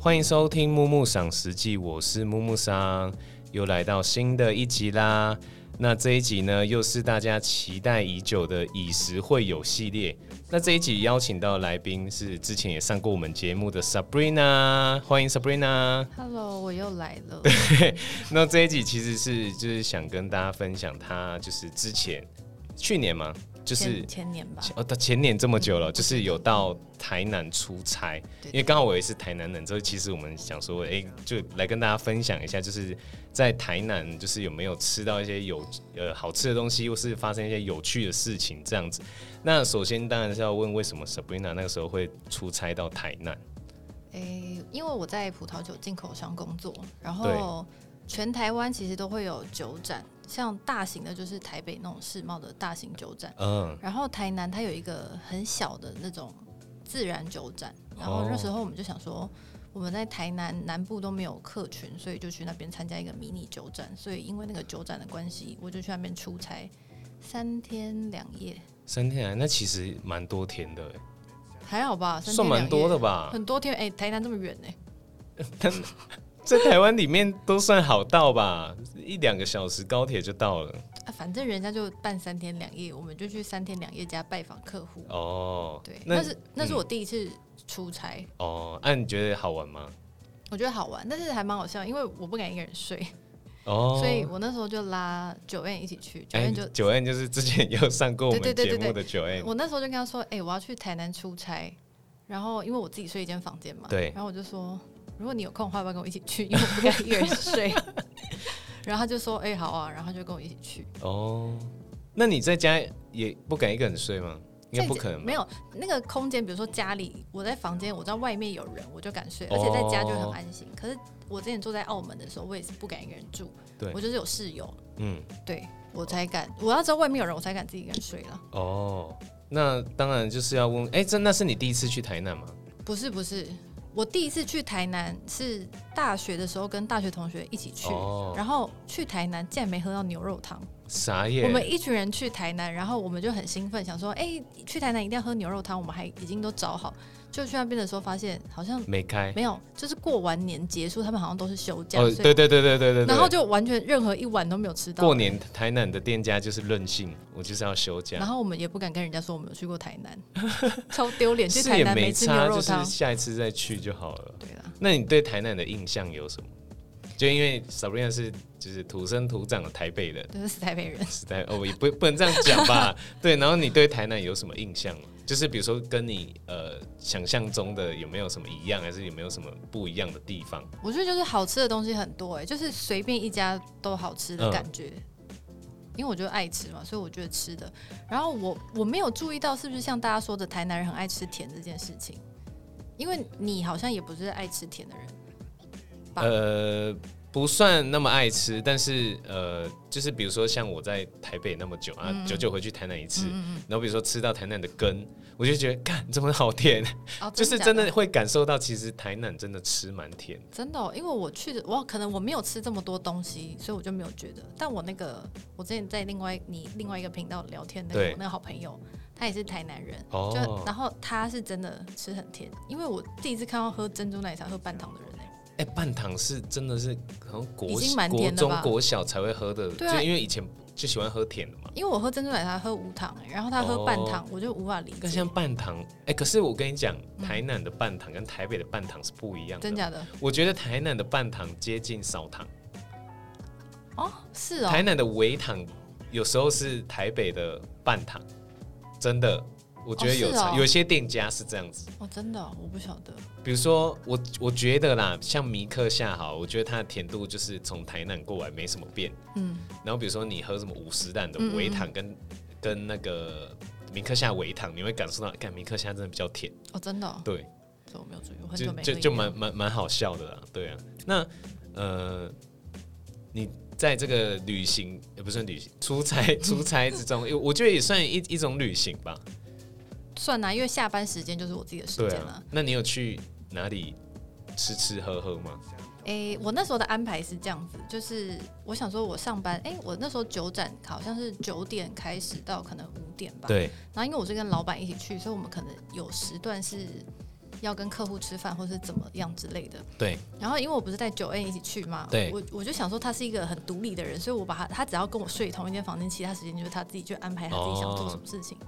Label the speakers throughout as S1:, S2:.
S1: 欢迎收听《木木赏食记》，我是木木桑，又来到新的一集啦。那这一集呢，又是大家期待已久的以食会友系列。那这一集邀请到的来宾是之前也上过我们节目的 Sabrina，欢迎 Sabrina。
S2: Hello，我又来了。
S1: 那这一集其实是就是想跟大家分享，她就是之前去年嘛，就是
S2: 前前年吧，
S1: 前哦，到前年这么久了，就是有到台南出差，
S2: 对
S1: 因为刚好我也是台南人，所以其实我们想说，哎、就来跟大家分享一下，就是在台南，就是有没有吃到一些有呃好吃的东西，或是发生一些有趣的事情这样子。那首先当然是要问，为什么 Sabrina 那个时候会出差到台南？
S2: 诶、因为我在葡萄酒进口商工作，然
S1: 对
S2: 后全台湾其实都会有酒展，像大型的就是台北那种世贸的大型酒展，
S1: 嗯，
S2: 然后台南它有一个很小的那种自然酒展，然后
S1: 哦
S2: 那时候我们就想说。我们在台南南部都没有客群，所以就去那边参加一个迷你酒展。所以因为那个酒展的关系，我就去那边出差三天两夜，
S1: 三天来，那其实蛮多天的、哎
S2: 还好吧？三天
S1: 算蛮
S2: 两
S1: 多
S2: 夜
S1: 的 吧？
S2: 很多天，哎、台南这么远呢、
S1: 在台湾里面都算好到吧，一两个小时高铁就到了。
S2: 啊，反正人家就办三天两夜，我们就去三天两夜家拜访客户。
S1: 哦，
S2: 对，
S1: 那
S2: 那是那是我第一次出差，
S1: 哦，那、你觉得好玩吗？
S2: 我觉得好玩，但是还蛮好笑，因为我不敢一个人睡，
S1: 哦，
S2: 所以我那时候就拉九燕一起去，九
S1: 哎
S2: 燕就。
S1: 九 N 就是之前有上过我
S2: 对
S1: 们
S2: 对
S1: 节
S2: 对
S1: 目的九 N，
S2: 我那时候就跟他说：“哎、我要去台南出差，然后因为我自己睡一间房间嘛，
S1: 对
S2: 然后我就说，如果你有空的话，要不要跟我一起去？因为我不敢一个人睡。 然后他就说：哎、好啊，然后他就跟我一起去。
S1: 哦，那你在家也不敢一个人睡吗？应该
S2: 在
S1: 不
S2: 家
S1: 可能
S2: 没
S1: 吧？
S2: 有那个空间，比如说家里，我在房间，我知道外面有人，我就敢睡，而且在家就很
S1: 哦
S2: 安心。可是我之前住在澳门的时候，我也是不敢一个人住，
S1: 对
S2: 我就是有室友，
S1: 嗯，
S2: 对我才敢，我要知道外面有人，我才敢自己一个人睡了。
S1: 哦，那当然就是要问，哎、这那是你第一次去台南吗？
S2: 不是不是，我第一次去台南是大学的时候，跟大学同学一起去。
S1: 哦，
S2: 然后去台南，竟然没喝到牛肉汤。
S1: 傻眼，
S2: 我们一群人去台南，然后我们就很兴奋，想说：“哎、去台南一定要喝牛肉汤。”我们还已经都找好，就去那边的时候发现，好像
S1: 没开，
S2: 没有，就是过完年结束，他们好像都是休假，
S1: 哎哦，
S2: 所
S1: 对
S2: 以
S1: 对对对对对对，
S2: 然后就完全任何一碗都没有吃到。
S1: 过年台南的店家就是任性，我就是要休假
S2: 然，后我们也不敢跟人家说我们有去过台南， 超丢脸，去
S1: 是
S2: 台
S1: 也
S2: 南没吃牛
S1: 差，
S2: 肉
S1: 就是
S2: 汤。
S1: 下一次再去就好了。
S2: 对啦，
S1: 那你对台南的印象有什么？就因为 Sabrina 是就是土生土长的台北人，
S2: 真的是台北人。
S1: 是台哦，也不不能这样讲吧？对，然后你对台南有什么印象吗？就是比如说跟你呃想象中的有没有什么一样，还是有没有什么不一样的地方？
S2: 我觉得就是好吃的东西很多、哎，就是随便一家都好吃
S1: 嗯
S2: 的感觉。因为我就爱吃嘛，所以我觉得吃的。然后我我没有注意到是不是像大家说的台南人很爱吃甜这件事情，因为你好像也不是爱吃甜的人。吧
S1: 呃，不算那么爱吃，但是呃，就是比如说像我在台北那么久啊，久久回去台南一次，然后比如说吃到台南的根，我就觉得干怎么好甜，
S2: 哦，
S1: 就是
S2: 假
S1: 真的会感受到其实台南真的吃蛮甜的。
S2: 真的哦、因为我去的，我可能我没有吃这么多东西，所以我就没有觉得。但我那个，我之前在另外你另外一个频道聊天那个
S1: 对
S2: 我那个好朋友，他也是台南人，
S1: 哦
S2: 就然后他是真的吃很甜，因为我第一次看到喝珍珠奶茶喝半糖的人哎、
S1: 哎、半糖是真的是好像国
S2: 已经蛮
S1: 国
S2: 甜的吧
S1: 中国小才会喝的，
S2: 对啊
S1: 就因为以前就喜欢喝甜的嘛。
S2: 因为我喝珍珠奶茶喝无糖、哎然后他喝半糖，我就无法理
S1: 但哦
S2: 解
S1: 像，半糖，哎、可是我跟你讲，台南的半糖跟台北的半糖是不一样的。
S2: 真假的
S1: 我觉得台南的半糖接近少糖，
S2: 哦，是哦，
S1: 台南的微糖有时候是台北的半糖，真的，我觉得有
S2: 哦是
S1: 差。
S2: 哦
S1: 有些店家是这样子，
S2: 哦，真的哦、我不晓得，
S1: 比如说我我觉得啦，像米克夏好，我觉得它的甜度就是从台南过来没什么变。
S2: 嗯，
S1: 然后比如说你喝什么五十蛋的
S2: 嗯嗯嗯
S1: 微糖跟跟那个明克夏微糖，你会感受到，看明克夏真的比较甜，
S2: 哦，真的、哦，
S1: 对，
S2: 这我没有注意，我很
S1: 就
S2: 久没喝
S1: 就就
S2: 饮料
S1: 蛮蛮蛮好笑的啦，对啊。那呃，你在这个旅行呃也不算旅行，出 差出差之中，因为我觉得也算一一种旅行吧，
S2: 算啦、因为下班时间就是我自己的时
S1: 对
S2: 间了、
S1: 啊。那你有去哪里吃吃喝喝吗？
S2: 诶、我那时候的安排是这样子，就是我想说，我上班，诶、我那时候酒展好像是九点开始到可能五点吧。。
S1: 对，
S2: 然后因为我是跟老板一起去，所以我们可能有时段是要跟客户吃饭或是怎么样之类的。
S1: 对，
S2: 然后因为我不是带九 A 一起去嘛，
S1: 对
S2: 我我就想说他是一个很独立的人，所以我把他他只要跟我睡同一间房间，其他时间就是他自己去安排他自己想做什么事情。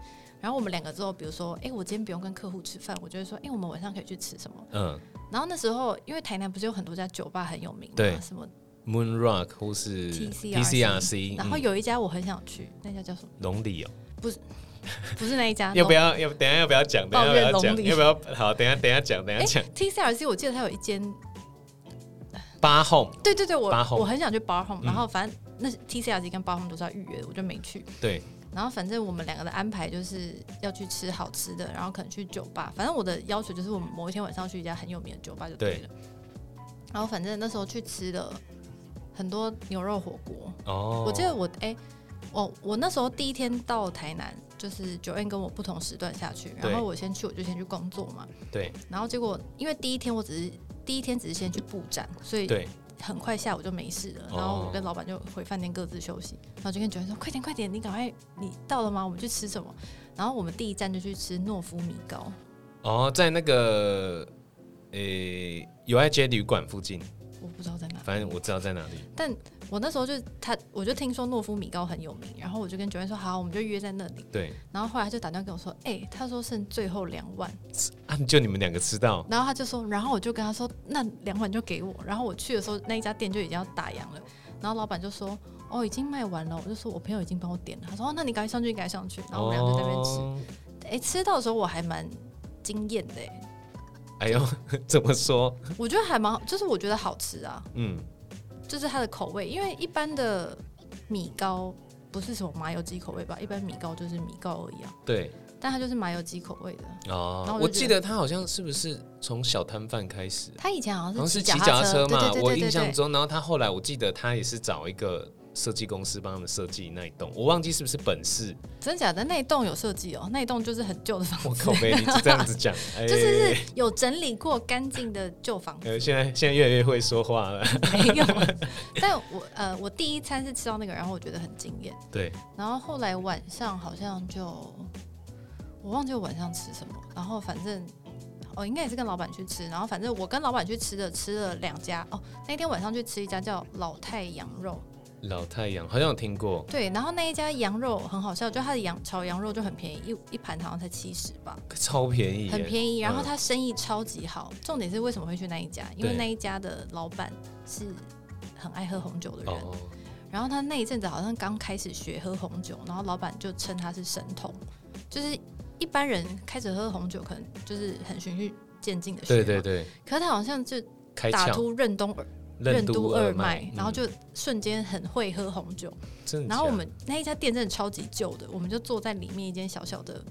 S2: 然后我们两个之后，比如说，哎，我今天不用跟客户吃饭，我就会说，哎，我们晚上可以去吃什么？
S1: 嗯
S2: 然后那时候，因为台南不是有很多家酒吧很有名嘛，
S1: 对
S2: 什么，
S1: ，Moon Rock 或是
S2: TCRC
S1: TCRC，
S2: 然后
S1: 嗯
S2: 有一家我很想去，那家叫什么？
S1: 龙里哦，
S2: 不是那一家，
S1: 要不要？要等一下要不要讲？等一下要不要
S2: 啊抱
S1: 讲？
S2: 怨
S1: 要不要？好，等一下等一下讲， 等一
S2: 哎
S1: 下讲。
S2: TCRC，我记得它有一间，
S1: 八 home
S2: 对对对，我
S1: Bar Home
S2: 我很想去 Bar
S1: 嗯
S2: Home，然后反正那 TCRC 跟 Bar Home 都是要预约的，我就没去。
S1: 对，
S2: 然后反正我们两个的安排就是要去吃好吃的，然后可能去酒吧。反正我的要求就是我们某一天晚上去一家很有名的酒吧就对了。然后反正那时候去吃了很多牛肉火锅，
S1: 哦，
S2: 我记得我哎、我我那时候第一天到台南，就是九恩跟我不同时段下去，
S1: 对
S2: 然后我先去我就先去工作嘛，
S1: 对
S2: 然后结果因为第一天我只是第一天只是先去布展，所以
S1: 对，
S2: 很快下午就没事了，
S1: 哦
S2: 然后我跟老板就回饭店各自休息，然后就跟九恩说快点快点，你赶快你到了吗？我们去吃什么？然后我们第一站就去吃诺夫米糕，
S1: 哦，在那个诶友爱街旅馆附近，
S2: 我不知道在哪，
S1: 反正我知道在哪里。
S2: 但我那时候就他我就听说诺夫米糕很有名，然后我就跟九恩说好，我们就约在那里。
S1: 对
S2: 然后后来他就打电话跟我说，哎、他说剩最后两碗，
S1: 啊，就你们两个吃到
S2: 然后他就说，然后我就跟他说，那两碗就给我。然后我去的时候，那一家店就已经要打烊了。然后老板就说，哦，已经卖完了。我就说我朋友已经帮我点了。他说，哦，那你赶快上去，你赶快上去。然后我们俩就在那边吃。
S1: 哦
S2: 哎、吃到的时候我还蛮惊艳的、哎
S1: 哎呦， 怎么说？
S2: 我觉得还蛮好，就是我觉得好吃啊，
S1: 嗯，
S2: 就是它的口味，因哦为一般的米糕不是什么麻油鸡口味吧，一般米糕就是米糕而已啊，
S1: 对
S2: 但它就是麻油鸡口味的。然
S1: 哦
S2: 后，我
S1: 我
S2: 就
S1: 记
S2: 觉
S1: 得他好像是不是从小摊贩开始，啊
S2: 他以前好
S1: 好像
S2: 像
S1: 是
S2: 哦是
S1: 骑
S2: 骑
S1: 脚踏
S2: 车
S1: 车嘛？
S2: 对对对对对
S1: 我印象
S2: 对
S1: 中，然后他后来我记得他也是找一个设计公司帮他们设计那一栋，我忘记是不是本市。
S2: 真假的那一栋有设计哦，那一栋就是很旧的
S1: 我
S2: 房子
S1: 靠，，没你就这样子讲，哎
S2: 就是是有整理过干净的旧房子，
S1: 呃，现在现在越来越会说话了。
S2: 没有。 但我呃，我第一餐是吃到那个，然后我觉得很惊艳。
S1: 对，
S2: 然后后来晚上好像就我忘记我晚上吃什么，然后反正哦，应该也是跟老板去吃。然后反正我跟老板去吃的，吃了两家哦。那天晚上去吃一家叫老太羊肉，
S1: 老太阳好像有听过，
S2: 对。然后那一家羊肉很好笑，就它的羊炒羊肉就很便宜，一一盘好像才七十吧。
S1: 超便宜耶，
S2: 很便宜，然后
S1: 嗯
S2: 他生意超级好。重点是为什么会去那一家？因为
S1: 对
S2: 那一家的老板是很爱喝红酒的人，
S1: 哦，
S2: 然后他那一阵子好像刚开始学喝红酒，然后老板就称他是神童，就是一般人开始喝红酒可能就是很循序渐进的学，
S1: 对对。对，
S2: 可是他好像就
S1: 开
S2: 打
S1: 窍
S2: 出任督二
S1: 任
S2: 督
S1: 督二
S2: 脉，然后
S1: 嗯
S2: 就瞬间很会喝红酒。
S1: 真的
S2: 然后我
S1: 假
S2: 们那一家店真的超级旧的，我们就坐在里面一间小小的
S1: 的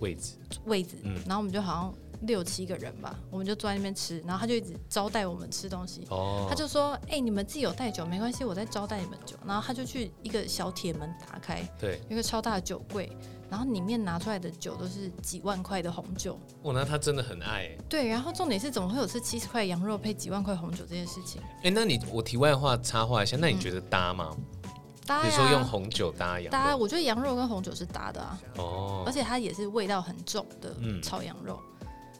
S1: 位置
S2: 位置，
S1: 嗯
S2: 然后我们就好像六七个人吧，我们就坐在那边吃，然后他就一直招待我们吃东西。
S1: 哦，
S2: 他就说：“哎、你们自己有带酒没关系，我再招待你们酒。”然后他就去一个小铁门打开，
S1: 对，
S2: 有一个超大的酒柜，然后里面拿出来的酒都是几万块的红酒。
S1: 哇，那他真的很爱耶。
S2: 对，然后重点是怎么会有吃七十块羊肉配几万块红酒这件事情？
S1: 哎，那你我题外话插话一下，那你觉得搭吗？
S2: 嗯搭
S1: 你
S2: 呀、
S1: 说用红酒搭羊
S2: 搭，
S1: 肉，
S2: 我觉得羊肉跟红酒是搭的啊，而
S1: 哦，
S2: 且它也是味道很重的
S1: 嗯
S2: 炒羊肉。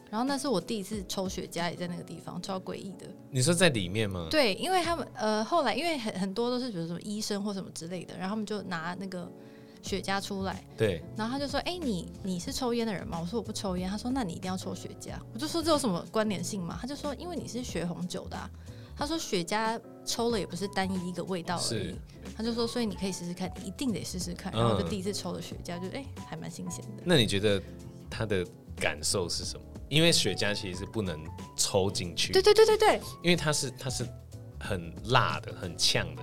S2: 然后那是我第一次抽雪茄，也在那个地方，超诡异的。
S1: 你说在里面吗？
S2: 对，因为他们呃后来因为很很多都是比如什么医生或什么之类的，然后他们就拿那个雪茄出来，
S1: 对，
S2: 然后他就说：“哎、你你是抽烟的人吗？”我说：“我不抽烟。”他说：“那你一定要抽雪茄。”啊我就说：“这有什么关联性吗？”他就说：“因为你是学红酒的、啊。”他说：“雪茄抽了也不是单一一个味道而已
S1: 是。”
S2: 他就说：“所以你可以试试看，你一定得试试看。”然后我就
S1: 嗯
S2: 第一次抽了雪茄，就哎、还蛮新鲜的。
S1: 那你觉得他的感受是什么？因为雪茄其实是不能抽进去，
S2: 对对对对对，
S1: 因为它是它是很辣的、很呛的，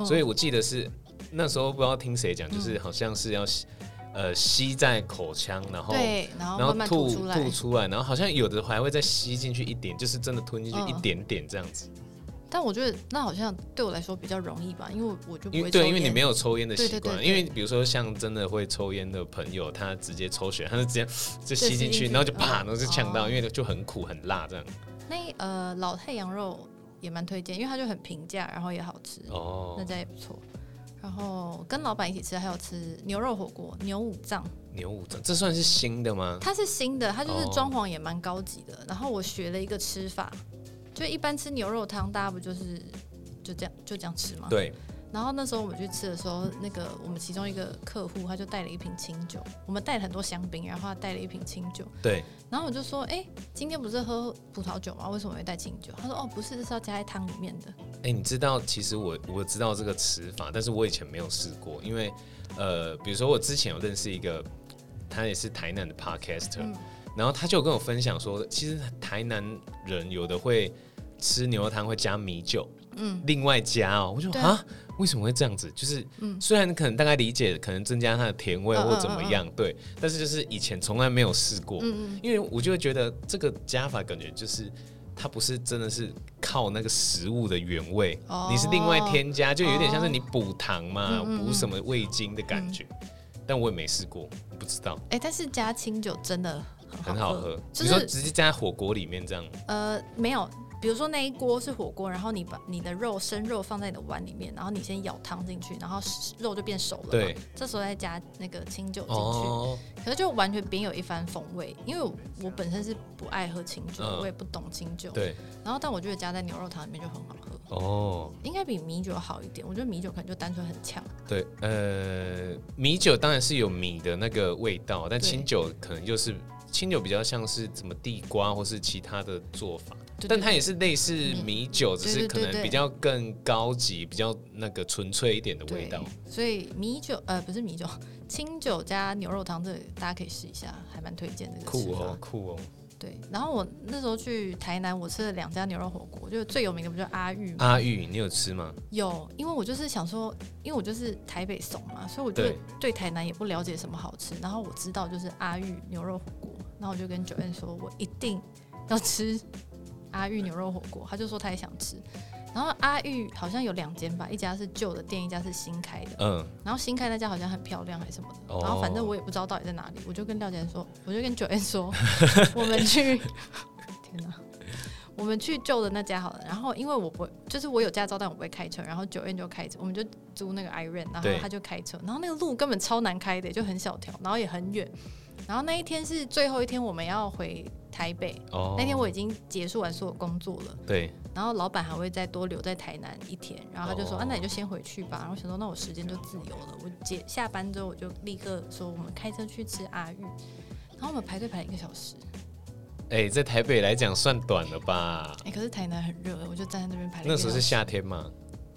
S2: 嗯
S1: 所以我记得是那时候不知道听谁讲，就是好像是要吸呃吸在口腔，然后
S2: 对，然后
S1: 哦然后
S2: 慢慢
S1: 吐
S2: 出来，
S1: 吐出来，然后好像有的还会再吸进去一点，就是真的吞进去
S2: 嗯
S1: 一点点这样子。
S2: 但我觉得那好像对我来说比较容易吧，因为我我就不
S1: 因
S2: 会
S1: 为
S2: 抽
S1: 对，
S2: 烟。
S1: 因为你没有抽烟的习
S2: 对对
S1: 惯，
S2: 对对
S1: 因为比如说像真的会抽烟的朋友，他直接抽血，他就直 接就吸
S2: 吸
S1: 进
S2: 进
S1: 去，
S2: 去
S1: 然后就啪，然
S2: 嗯
S1: 后就呛到，
S2: 哦
S1: 因为就很苦很辣这样。
S2: 那呃老太羊肉也蛮推荐，因为它就很平价，然后也好吃，
S1: 哦
S2: 那家也不错。然后跟老板一起吃，还有吃牛肉火锅、牛五脏，
S1: 牛五脏，这算是新的吗？
S2: 它是新的，它就是
S1: 哦
S2: 装潢也蛮高级的。然后我学了一个吃法，就一般吃牛肉汤，大家不就是就这样就这样吃吗？
S1: 对，
S2: 然后那时候我们去吃的时候，那个我们其中一个客户他就带了一瓶清酒，我们带了很多香槟，然后他带了一瓶清酒。
S1: 对，
S2: 然后我就说：“哎、今天不是喝葡萄酒吗？为什么会带清酒？”他说：“哦，不是，这是要加在汤里面的。
S1: 哎、你知道，其实我我知道这个吃法，但是我以前没有试过，因为呃，比如说我之前有认识一个，他也是台南的 podcaster，、
S2: 嗯
S1: 然后他就有跟我分享说，其实台南人有的会吃牛肉汤会加米酒，嗯，另外加哦，我就
S2: 对
S1: 啊，为什么会这样子？就是，虽然可能大概理解，可能增加它的甜味
S2: 嗯
S1: 或
S2: 嗯嗯
S1: 怎么样，对，但是就是以前从来没有试过，因为我就会觉得这个加法感觉就是。它不是真的是靠那个食物的原味，
S2: 哦嗯
S1: 你是另外添加，就有点像是你补糖嘛，补、什么味精的感觉。但我也没试过，不知道，
S2: 哎、但是加清酒真的
S1: 很
S2: 很
S1: 好
S2: 好
S1: 喝。
S2: 就
S1: 你说
S2: 是
S1: 直接加在火锅里面这样，
S2: 呃，没有，比如说那一锅是火锅，然后你把你的肉生肉放在你的碗里面，然后你先舀汤进去，然后肉就变熟了嘛。
S1: 对，
S2: 这时候再加那个清酒进去，
S1: 哦，
S2: 可是就完全别有一番风味。因为我我本身是不爱喝清酒，
S1: 嗯
S2: 我也不懂清酒，
S1: 对，
S2: 然后但我觉得加在牛肉汤里面就很好喝，
S1: 哦，
S2: 应该比米酒好一点。我觉得米酒可能就单纯很呛，
S1: 对，呃，米酒当然是有米的那个味道，但
S2: 对
S1: 清酒可能就是清酒比较像是什么地瓜或是其他的做法，
S2: 对
S1: 但
S2: 对
S1: 它也是类似米酒，只
S2: 对
S1: 是
S2: 对
S1: 可
S2: 对
S1: 能
S2: 对
S1: 比较更高级、比较那个纯粹一点的味
S2: 对
S1: 道。，
S2: 所以米酒呃不是米酒， 清酒加牛肉汤这个大家可以试一下，还蛮推荐这个吃
S1: 酷
S2: 法
S1: 哦，。酷哦，
S2: 对，然后我那时候去台南，我吃了两家牛肉火锅，就是最有名的不就阿玉吗？
S1: 阿玉，你有吃吗？
S2: 有，因为我就是想说，因为我就是台北怂嘛，所以我就
S1: 对
S2: 对台南也不了解什么好吃。然后我知道就是阿玉牛肉火锅，然后我就跟九燕说，我一定要吃阿玉牛肉火锅。他就说他也想吃。然后阿玉好像有两间吧，一家是旧的店，一家是新开的。
S1: 嗯，
S2: 然后新开那家好像很漂亮还是什么的，
S1: 哦
S2: 然后反正我也不知道到底在哪里，我就跟廖姐说，我就跟九 N 说，我们去，天哪，我们去旧的那家好了。然后因为我不会，就是我有驾照，但我不会开车，然后九 N 就开车，我们就租那个 Iron，然后
S1: 对
S2: 他就开车，然后那个路根本超难开的，就很小条，然后也很远。然后那一天是最后一天，我们要回台北。
S1: 哦，
S2: 那天我已经结束完所有工作了，
S1: 对，
S2: 然后老板还会再多留在台南一天，然后他就
S1: 哦
S2: 说、啊，那你就先回去吧。然后我想说，那我时间就自由了，我姐下班之后我就立刻说我们开车去吃阿玉，然后我们排队排了一个小时，
S1: 哎、在台北来讲算短了吧？
S2: 哎、可是台南很热，我就站在那边排了一
S1: 那
S2: 个
S1: 时
S2: 小
S1: 候
S2: 时，
S1: 是夏天嘛，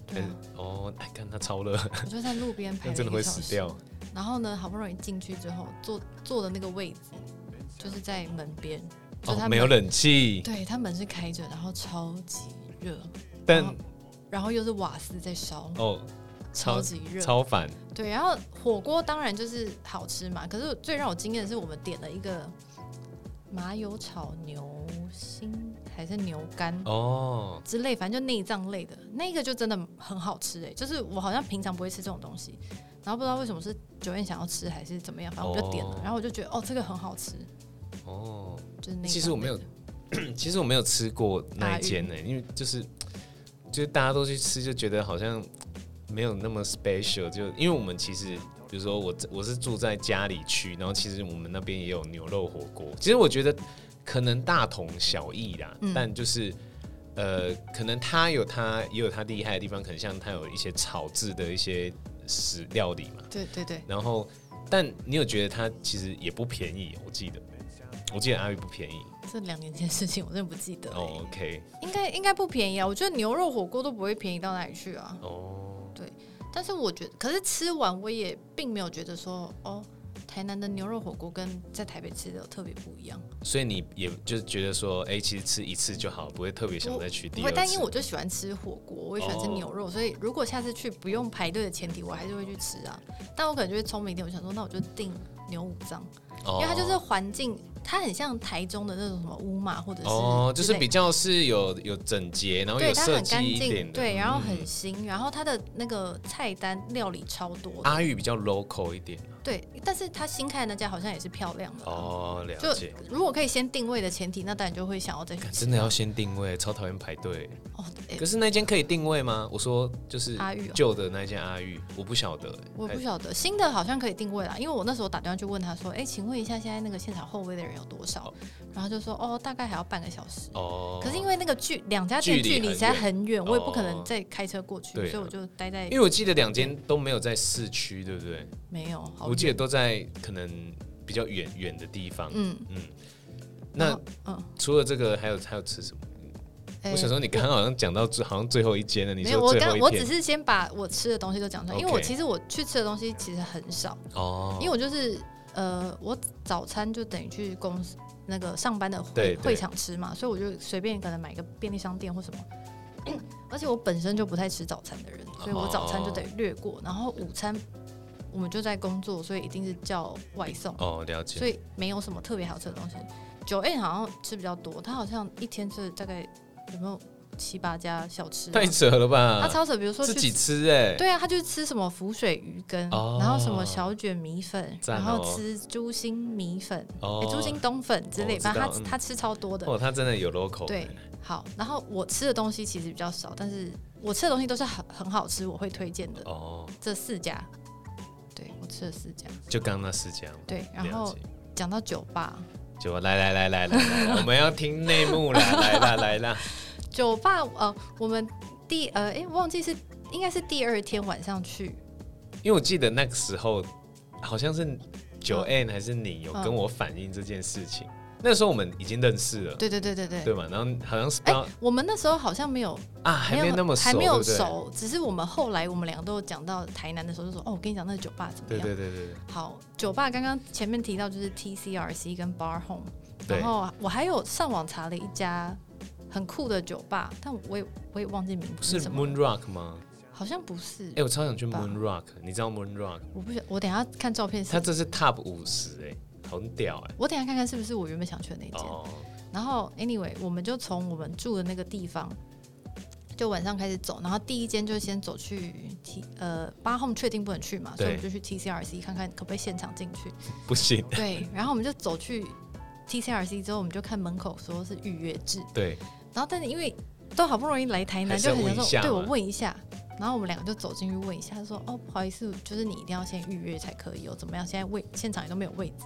S2: 对啊、
S1: 还是哦，哎，看它超热，
S2: 我就在路边排
S1: 那
S2: 了
S1: 真
S2: 一
S1: 的会
S2: 个小
S1: 死
S2: 时。
S1: 掉。
S2: 然后呢，好不容易进去之后，坐坐的那个位置就是在门边，就是
S1: 哦，
S2: 他
S1: 没
S2: 门、
S1: 有冷气，
S2: 对他门是开着，然后超级热，
S1: 但
S2: 后然后又是瓦斯在烧，
S1: 哦，超
S2: 超级热，
S1: 超烦。
S2: 对，然后火锅当然就是好吃嘛，可是最让我惊艳的是，我们点了一个麻油炒牛心还是牛肝
S1: 哦，
S2: 之类，反正就内脏类的，那个就真的很好吃哎、就是我好像平常不会吃这种东西，然后不知道为什么是九燕想要吃还是怎么样，反正我就点了，
S1: 哦
S2: 然后我就觉得哦这个很好吃，
S1: 哦，
S2: 就是那
S1: 其实我没有其实我没有吃过那一间呢、因为就是就是大家都去吃，就觉得好像没有那么 special。就因为我们其实，比如说我我是住在家里区，然后其实我们那边也有牛肉火锅。其实我觉得可能大同小异啦，
S2: 嗯
S1: 但就是。呃，可能它有它也有它厉害的地方，可能像它有一些炒制的一些食料理嘛，
S2: 对对对，
S1: 然后，但你有觉得它其实也不便宜？我记得，我记得阿玉不便宜。
S2: 这两年前的事情我真的不记得、欸
S1: 哦，OK，
S2: 应该应该不便宜啊，我觉得牛肉火锅都不会便宜到哪里去啊。
S1: 哦，
S2: 但是我觉得，可是吃完我也并没有觉得说，哦，台南的牛肉火锅跟在台北吃的有特别不一样。
S1: 所以你也就是觉得说，哎、其实吃一次就好，不会特别想再去
S2: 不
S1: 第
S2: 会，
S1: 二次。
S2: 但因为我就喜欢吃火锅，我也喜欢吃
S1: 哦
S2: 牛肉，所以如果下次去不用排队的前提，我还是会去吃啊。但我可能就会聪明一点，我想说，那我就订牛五脏，
S1: 哦
S2: 因为它就是环境，它它很像台中的那种什么乌马或者是
S1: 哦，就
S2: 之
S1: 是
S2: 类
S1: 比较是有有整洁，然后
S2: 对
S1: 有
S2: 它
S1: 设
S2: 很
S1: 计
S2: 干
S1: 一点
S2: 净，
S1: 的，
S2: 对，然后
S1: 嗯
S2: 很新，然后它的那个菜单料理超多的，
S1: 阿玉比较 local 一点
S2: 对，但是它新开的那家好像也是漂亮的，
S1: 哦，了
S2: 就
S1: 解。
S2: 如果可以先定位的前提，那当然就会想要再去
S1: 干
S2: 吃
S1: 真的要先定位，超讨厌排队。
S2: 哦，哎
S1: 可是那间可以定位吗？我说就是
S2: 阿玉哦
S1: 旧的那间阿玉，我不晓得、欸
S2: 我不
S1: 还
S2: 晓得新的好像可以定位啦，因为我那时候打电话去问他说，哎、请问一下现在那个现场后位的人有多少？然后就说哦，大概还要半个小时。
S1: 哦，
S2: 可是因为那个距两家
S1: 距
S2: 店
S1: 离
S2: 距离
S1: 很
S2: 实在很远，我也
S1: 哦
S2: 不可能再开车过去，
S1: 对啊
S2: 所以我就待在
S1: 因为我记得两间都没有在市区，对不对？
S2: 哦没有。好
S1: 我记得
S2: 远
S1: 都在可能比较远远的地方。
S2: 嗯，然
S1: 那
S2: 后嗯，
S1: 除了这个，还有还有吃什么？
S2: 哎
S1: 我想说，你刚刚好像讲到最好像最后一间了，你
S2: 没有，
S1: 说
S2: 我
S1: 最后
S2: 刚
S1: 一
S2: 我只
S1: 天
S2: 是先把我吃的东西都讲出来，因为我
S1: OK
S2: 其实我去吃的东西其实很少，
S1: 哦，
S2: 因为我就是呃，我早餐就等于去公司那个上班的
S1: 对对
S2: 会会场吃嘛，所以我就随便可能买个便利商店或什么。 而且我本身就不太吃早餐的人，
S1: 哦
S2: 所以我早餐就得略过，然后午餐我们就在工作，所以一定是叫外送，
S1: 哦了解
S2: 所以没有什么特别好吃的东西。九 A 好像吃比较多，他好像一天吃大概有没有七八家小吃啊、
S1: 太扯了
S2: 他
S1: 吧？
S2: 超扯，比如说
S1: 自
S2: 去
S1: 己吃哎、
S2: 对啊，他就吃什么浮水鱼羹，
S1: 哦
S2: 然后什么小卷米粉，
S1: 赞哦
S2: 然后吃猪心米粉、诶猪心
S1: 哦，
S2: 冬粉之
S1: 哦我
S2: 类，
S1: 知道
S2: 反正他、
S1: 嗯
S2: 他吃超多的。
S1: 哦，他真的有 local
S2: 对
S1: 欸
S2: 好，然后我吃的东西其实比较少，但是我吃的东西都是很很好吃，我会推荐的。
S1: 哦，
S2: 这四家，对我吃了四家。
S1: 就刚那四家嘛。
S2: 对，然
S1: 了
S2: 后
S1: 解
S2: 讲到酒吧，
S1: 就来来来来来来，我们要听内幕啦，来啦来 啦，
S2: 酒吧呃，我们第呃，哎、忘记是应该是第二天晚上去，
S1: 因为我记得那个时候好像是九 N 还是你有跟我反映这件事情，那时候我们已经认识了，
S2: 对对对对对。
S1: 对嘛？然后好像是不
S2: 哎、
S1: 知道
S2: 我们那时候好像没有
S1: 啊，还
S2: 没
S1: 没
S2: 有
S1: 那么熟，
S2: 还没有
S1: 对不对
S2: 熟，只是我们后来我们两个都有讲到台南的时候，就说哦，我跟你讲那个酒吧怎么
S1: 对
S2: 样？
S1: 对对对对，
S2: 好，酒吧刚刚前面提到就是 TCRC 跟 Bar Home，
S1: 对
S2: 然后我还有上网查了一家很酷的酒吧，但我也我也忘记名
S1: 不
S2: 字
S1: 是
S2: 什么
S1: Moon
S2: 了，
S1: Rock 吗？
S2: 好像不是
S1: 哎、，我超想去 Moon Rock，你知道 Moon Rock？
S2: 我不晓，我等一下看照片
S1: 它
S2: 是，
S1: 这是 Top 五十哎，很屌哎、
S2: 我等一下看看是不是我原本想去的那间。
S1: 哦，
S2: 然后 anyway，我们就从我们住的那个地方，就晚上开始走，然后第一间就先走去 T 呃八 home 确定不能去嘛，所以我们就去 TCRC 看看可不可以现场进去。
S1: 不行，
S2: 对，然后我们就走去 TCRC 之后，我们就看门口说是预约制，
S1: 对，
S2: 然后但是因为都好不容易来台
S1: 还
S2: 南，
S1: 是
S2: 就
S1: 要
S2: 很
S1: 问一
S2: 想
S1: 下
S2: 说，对
S1: 嘛
S2: 我问一下。然后我们两个就走进去问一下，他说：“哦，不好意思，就是你一定要先预约才可以哦，怎么样？现在位现场也都没有位置。”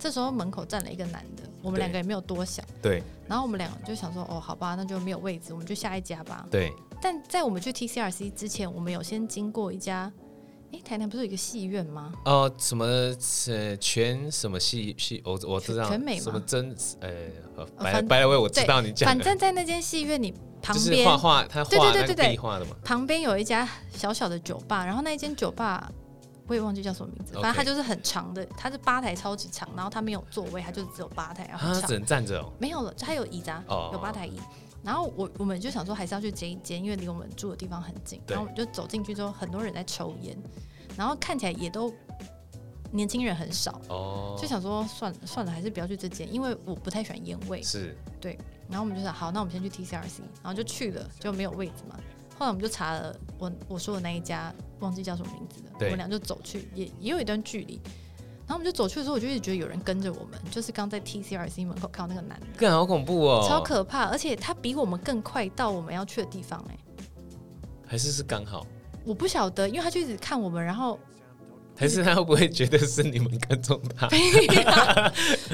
S2: 这时候门口站了一个男的，我们
S1: 对
S2: 两个也没有多想。
S1: 对
S2: 然后我们两个就想说，哦，好吧，那就没有位置，我们就下一家吧。
S1: 对，
S2: 但在我们去 TCRC 之前，我们有先经过一家，诶，台南不是有一个戏院吗？
S1: 哦、什么呃全什么戏戏，我我知道
S2: 全全美吗
S1: 什么真呃呃
S2: 哦
S1: 白
S2: 反
S1: 白了威，我知
S2: 对
S1: 道你讲
S2: 反
S1: 的，
S2: 正在那间戏院，你旁
S1: 就是
S2: 边、
S1: 画画，他
S2: 对
S1: 画
S2: 对
S1: 那个
S2: 对对对
S1: 壁画的嘛，
S2: 旁边有一家小小的酒吧，然后那一间酒吧我也忘记叫什么名字，反正
S1: OK
S2: 它就是很长的，它是吧台超级长，然后它没有座位，它就只有吧台，然后
S1: 啊，只
S2: 很长，
S1: 能站着哦，
S2: 没有了，它有椅子啊，
S1: 哦
S2: 有吧台椅。然后我我们就想说还是要去这一间，因为离我们住的地方很近。
S1: 对
S2: 然后我们就走进去之后，很多人在抽烟，然后看起来也都年轻人很少，
S1: 哦，
S2: 就想说算了算了，还是不要去这间，因为我不太喜欢烟味。
S1: 是
S2: 然后我们就想好，那我们先去 TCRC，然后就去了，就没有位置嘛。后来我们就查了我我说的那一家，忘记叫什么名字了。
S1: 对
S2: 我们俩就走去，也也有一段距离。然后我们就走去的时候，我就一直觉得有人跟着我们，就是刚在 TCRC 门口看到那个男的。
S1: 更好恐怖哦，
S2: 超，可怕，而且他比我们更快到我们要去的地方、哎，
S1: 还是是刚好。
S2: 我不晓得，因为他就一直看我们，然后
S1: 还是他会不会觉得是你们跟踪他？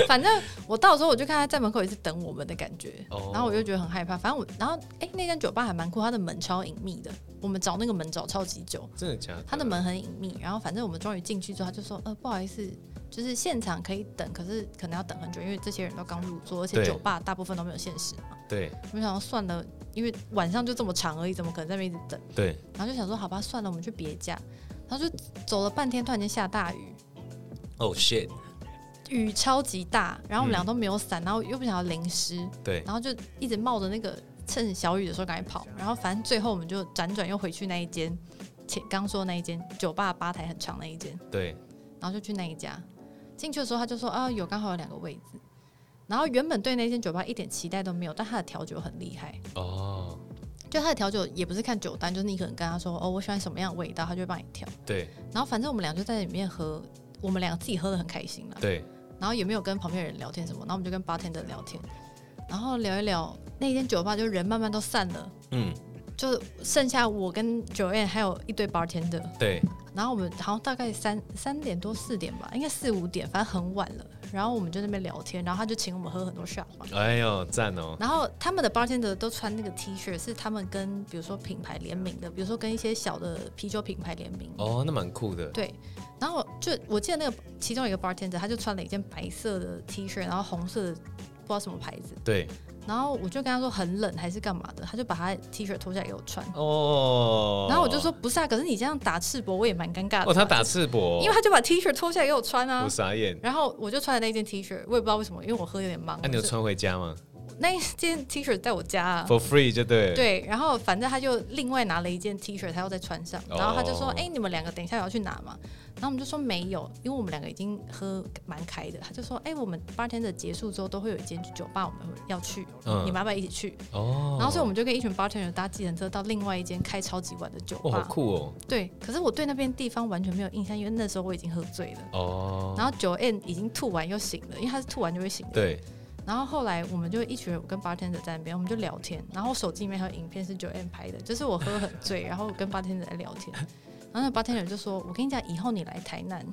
S2: 反正我到时候我就看他在门口一直等我们的感觉，
S1: 哦
S2: 然后我就觉得很害怕。反正我，然后哎、那间酒吧还蛮酷，它的门超隐秘的，我们找那个门找超级久，
S1: 真的假的？
S2: 它的门很隐秘。然后反正我们终于进去之后，他就说，呃，不好意思。就是现场可以等，可是可能要等很久，因为这些人都刚入座，而且
S1: 对
S2: 酒吧大部分都没有限时嘛。
S1: 对
S2: 我们想说算了，因为晚上就这么长而已，怎么可能在那边一直等？
S1: 对，
S2: 然后就想说好吧，算了，我们去别家。然后就走了半天，突然间下大雨，
S1: 哦、shit，
S2: 雨超级大，然后我们
S1: 嗯
S2: 俩都没有伞，然后又不想要淋湿，
S1: 对，
S2: 然后就一直冒着那个趁小雨的时候赶紧跑。然后反正最后我们就辗转又回去那一间，前刚说那一间酒吧吧台很长那一间，
S1: 对，
S2: 然后就去那一家。进去的时候他就说啊，有刚好有两个位置。然后原本对那间酒吧一点期待都没有，但它的调酒很厉害。
S1: 哦，
S2: 就它的调酒也不是看酒单，就是你可能跟他说哦，我喜欢什么样的味道，他就会帮你调。
S1: 对
S2: 然后反正我们俩就在里面喝，我们俩自己喝的很开心啦。
S1: 对，
S2: 然后也没有跟旁边人聊天什么，然后我们就跟 bartender 聊天，然后聊一聊那间酒吧，就人慢慢都散了，
S1: 嗯，
S2: 就剩下我跟 Joanne 还有一堆 bartender，
S1: 对，
S2: 然后我们好像大概三三点多四点吧，应该四五点，反正很晚了，然后我们就在那边聊天，然后他就请我们喝很多 shot 嘛。
S1: 哎呦，赞哦，
S2: 然后他们的 bartender 都穿那个 T 恤，是他们跟比如说品牌联名的，比如说跟一些小的啤酒品牌联名。
S1: 哦，那蛮酷的，
S2: 对，然后就我记得那个其中一个 bartender，他就穿了一件白色的 T 恤，然后红色的不知道什么牌子，
S1: 对，
S2: 然后我就跟他说很冷还是干嘛的，他就把他 T 恤脱下来给我穿，
S1: 哦，
S2: 然后我就说，不是啊，可是你这样打赤膊我也蛮尴尬的嘛。
S1: 哦，他打赤膊，
S2: 因为他就把 T 恤脱下来给我穿啊
S1: 我，傻眼，
S2: 然后我就穿了那件 T 恤，我也不知道为什么，因为我喝有点忙
S1: 那、，你有
S2: 就
S1: 穿回家吗
S2: 那一件 T 恤在我家啊。
S1: ？For free 就对了，
S2: 对，然后反正他就另外拿了一件 T 恤，他要再穿上，然后他就说
S1: 哦：“
S2: 哎、你们两个等一下有要去拿嘛？”然后我们就说没有，因为我们两个已经喝蛮开的。他就说：“哎、我们 bartender 结束之后都会有一间酒吧，我们要去，
S1: 嗯
S2: 你们要不要一起去？”
S1: 哦，
S2: 然后所以我们就跟一群 bartender 搭计程车到另外一间开超级晚的酒
S1: 哇，好
S2: 吧。
S1: 酷哦，
S2: 对，可是我对那边地方完全没有印象，因为那时候我已经喝醉了。
S1: 哦，
S2: 然后九 N 已经吐完又醒了，因为他是吐完就会醒的。
S1: 对，
S2: 然后后来我们就一群人，我跟 bartender 在那边，我们就聊天。然后我手机里面还有影片是九 M 拍的，就是我喝很醉，然后我跟 bartender 在聊天。 然后那 bartender 就说：“我跟你讲，以后你来台南，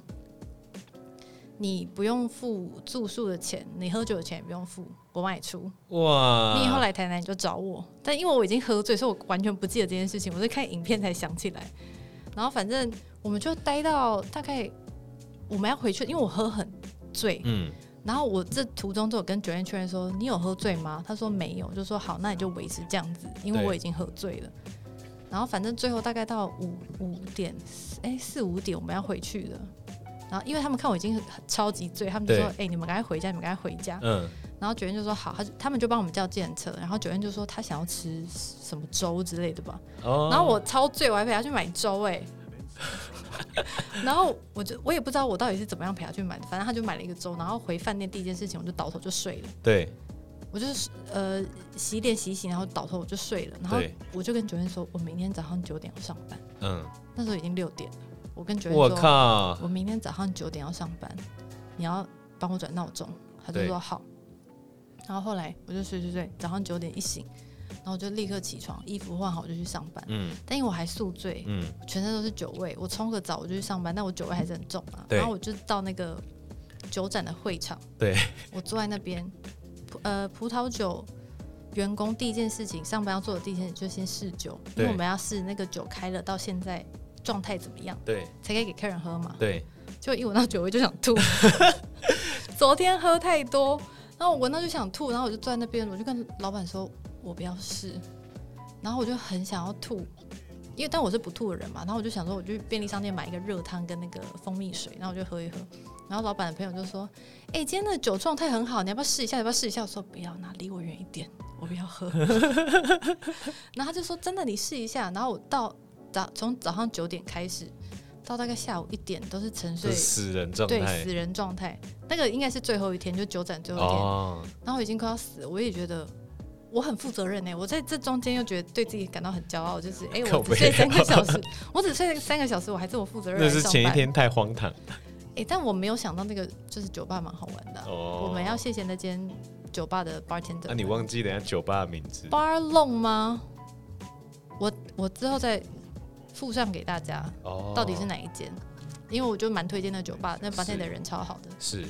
S2: 你不用付住宿的钱，你喝酒的钱也不用付，我帮你出。
S1: 哇，
S2: 你以后来台南你就找我。”但因为我已经喝醉，所以我完全不记得这件事情，我是看影片才想起来。然后反正我们就待到大概我们要回去，因为我喝很醉，
S1: 嗯，
S2: 然后我这途中就有跟九院确认说：“你有喝醉吗？”他说：“没有。”就说：“好，那你就维持这样子，因为
S1: 对
S2: 我已经喝醉了。”然后反正最后大概到五五点，哎四五点我们要回去了。然后因为他们看我已经很超级醉，他们就说：“哎、你们赶快回家，你们赶快回家。
S1: 嗯，”
S2: 然后九院就说：“好。”他就他们就帮我们叫计程车。然后九院就说他想要吃什么粥之类的吧。
S1: 哦，
S2: 然后我超醉，我还陪他去买粥哎、 然后我就我也不知道我到底是怎么样陪他去买的，反正他就买了一个粥，然后回饭店第一件事情我就倒头就睡了，
S1: 对
S2: 我就是呃洗脸洗一洗，然后倒头我就睡了，然后
S1: 对，
S2: 我就跟九燕说，我明天早上九点要上班，
S1: 嗯，
S2: 那时候已经六点了，我跟九
S1: 我
S2: 燕说，
S1: 靠，
S2: 我明天早上九点要上班，你要帮我转闹钟，他就
S1: 对
S2: 说好，然后后来我就睡睡睡，早上九点一醒，然后我就立刻起床，衣服换好我就去上班，
S1: 嗯
S2: 但因为我还宿醉，
S1: 嗯，
S2: 全身都是酒味，我冲个澡我就去上班，但我酒味还是很重啊。
S1: 对
S2: 然后我就到那个酒展的会场，
S1: 对，
S2: 我坐在那边，葡呃，葡萄酒员工第一件事情，上班要做的第一件事就先试酒，因
S1: 对
S2: 为我们要试那个酒开了到现在状态怎么样，
S1: 对
S2: 才可以给客人喝嘛。
S1: 对，
S2: 就一闻到酒味就想吐，昨天喝太多，然后我闻到就想吐，然后我就坐在那边，我就跟老板说，我不要试，然后我就很想要吐，因为但我是不吐的人嘛，然后我就想说，我去便利商店买一个热汤跟那个蜂蜜水，然后我就喝一喝，然后老板的朋友就说，哎、今天的酒状态很好，你要不要试一下？你要不要试一下？我说不要，那离我远一点，我不要喝。 然后他就说真的，你试一下。然后我到早从早上九点开始。到大概下午一点都是沉
S1: 就
S2: 睡
S1: 是死人状
S2: 对
S1: 态
S2: 死，人状态，那个应该是最后一天，就九展最后一天。
S1: 哦，
S2: 然后我已经快要死了，我也觉得我很负责任欸呢、我在这中间又觉得对自己感到很骄傲，就是哎、
S1: 靠
S2: 我只
S1: 背啊
S2: 睡三个小时，我只睡三个小时，我还这么负责任
S1: 那
S2: 来
S1: 是
S2: 上
S1: 前一
S2: 班。
S1: 天太荒唐啊
S2: 哎、但我没有想到那个就是酒吧蛮好玩的啊、
S1: 哦，
S2: 我们要，谢谢那间酒吧的 bartender。
S1: 那你忘记人家酒吧的名字
S2: bar l o n 吗？我我之后再附上给大家，
S1: 哦，
S2: 到底是？哪一间？因为我就蛮推荐那酒吧，那
S1: 是
S2: bartender 人超好的。
S1: 是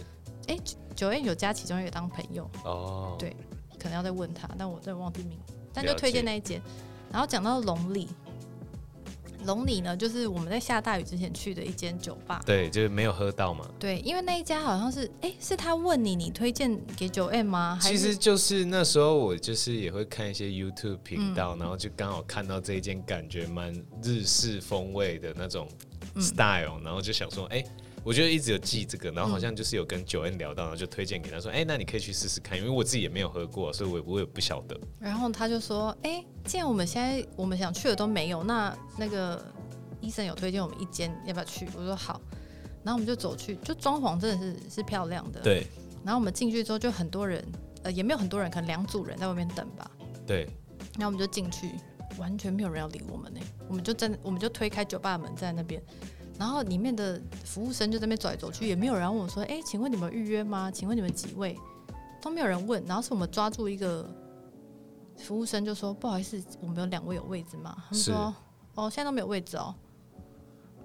S2: 哎、九燕有加其中一个当朋友，
S1: 哦，
S2: 对可能要再问他，但我真的忘记名字，但
S1: 了
S2: 就
S1: 解
S2: 推荐那一间。然后讲到龙里，龙里呢，就是我们在下大雨之前去的一间酒吧。
S1: 对，就是没有喝到嘛。
S2: 对，因为那一家好像是，哎、是他问你，你推荐给九 M 吗？还
S1: 其
S2: 是
S1: 实就是那时候我就是也会看一些 YouTube 频道，
S2: 嗯
S1: 然后就刚好看到这一间感觉蛮日式风味的那种
S2: 嗯
S1: style，、然后就想说，哎、我就一直有记这个，然后
S2: 嗯
S1: 好像就是有跟九恩聊到，然后就推荐给他说，哎、那你可以去试试看，因为我自己也没有喝过，所以我也我也不晓得。
S2: 然后他就说：“哎、既然我们现在我们想去的都没有，那那个医生有推荐我们一间，要不要去？”我说：“好。”然后我们就走去，就装潢真的是是漂亮的。。
S1: 对，
S2: 然后我们进去之后就很多人，呃，也没有很多人，可能两组人在外面等吧。
S1: 对，
S2: 然后我们就进去，完全没有人要理我们呢、我们就站，我们就推开酒吧的门站在那边，然后里面的服务生就在那边走来走去，也没有人要问我说：“哎、请问你们预约吗？请问你们几位？”都没有人问。然后是我们抓住一个服务生就说：“不好意思，我们有两位有位置吗？”他们
S1: 是
S2: 说：“哦，现在都没有位置哦。”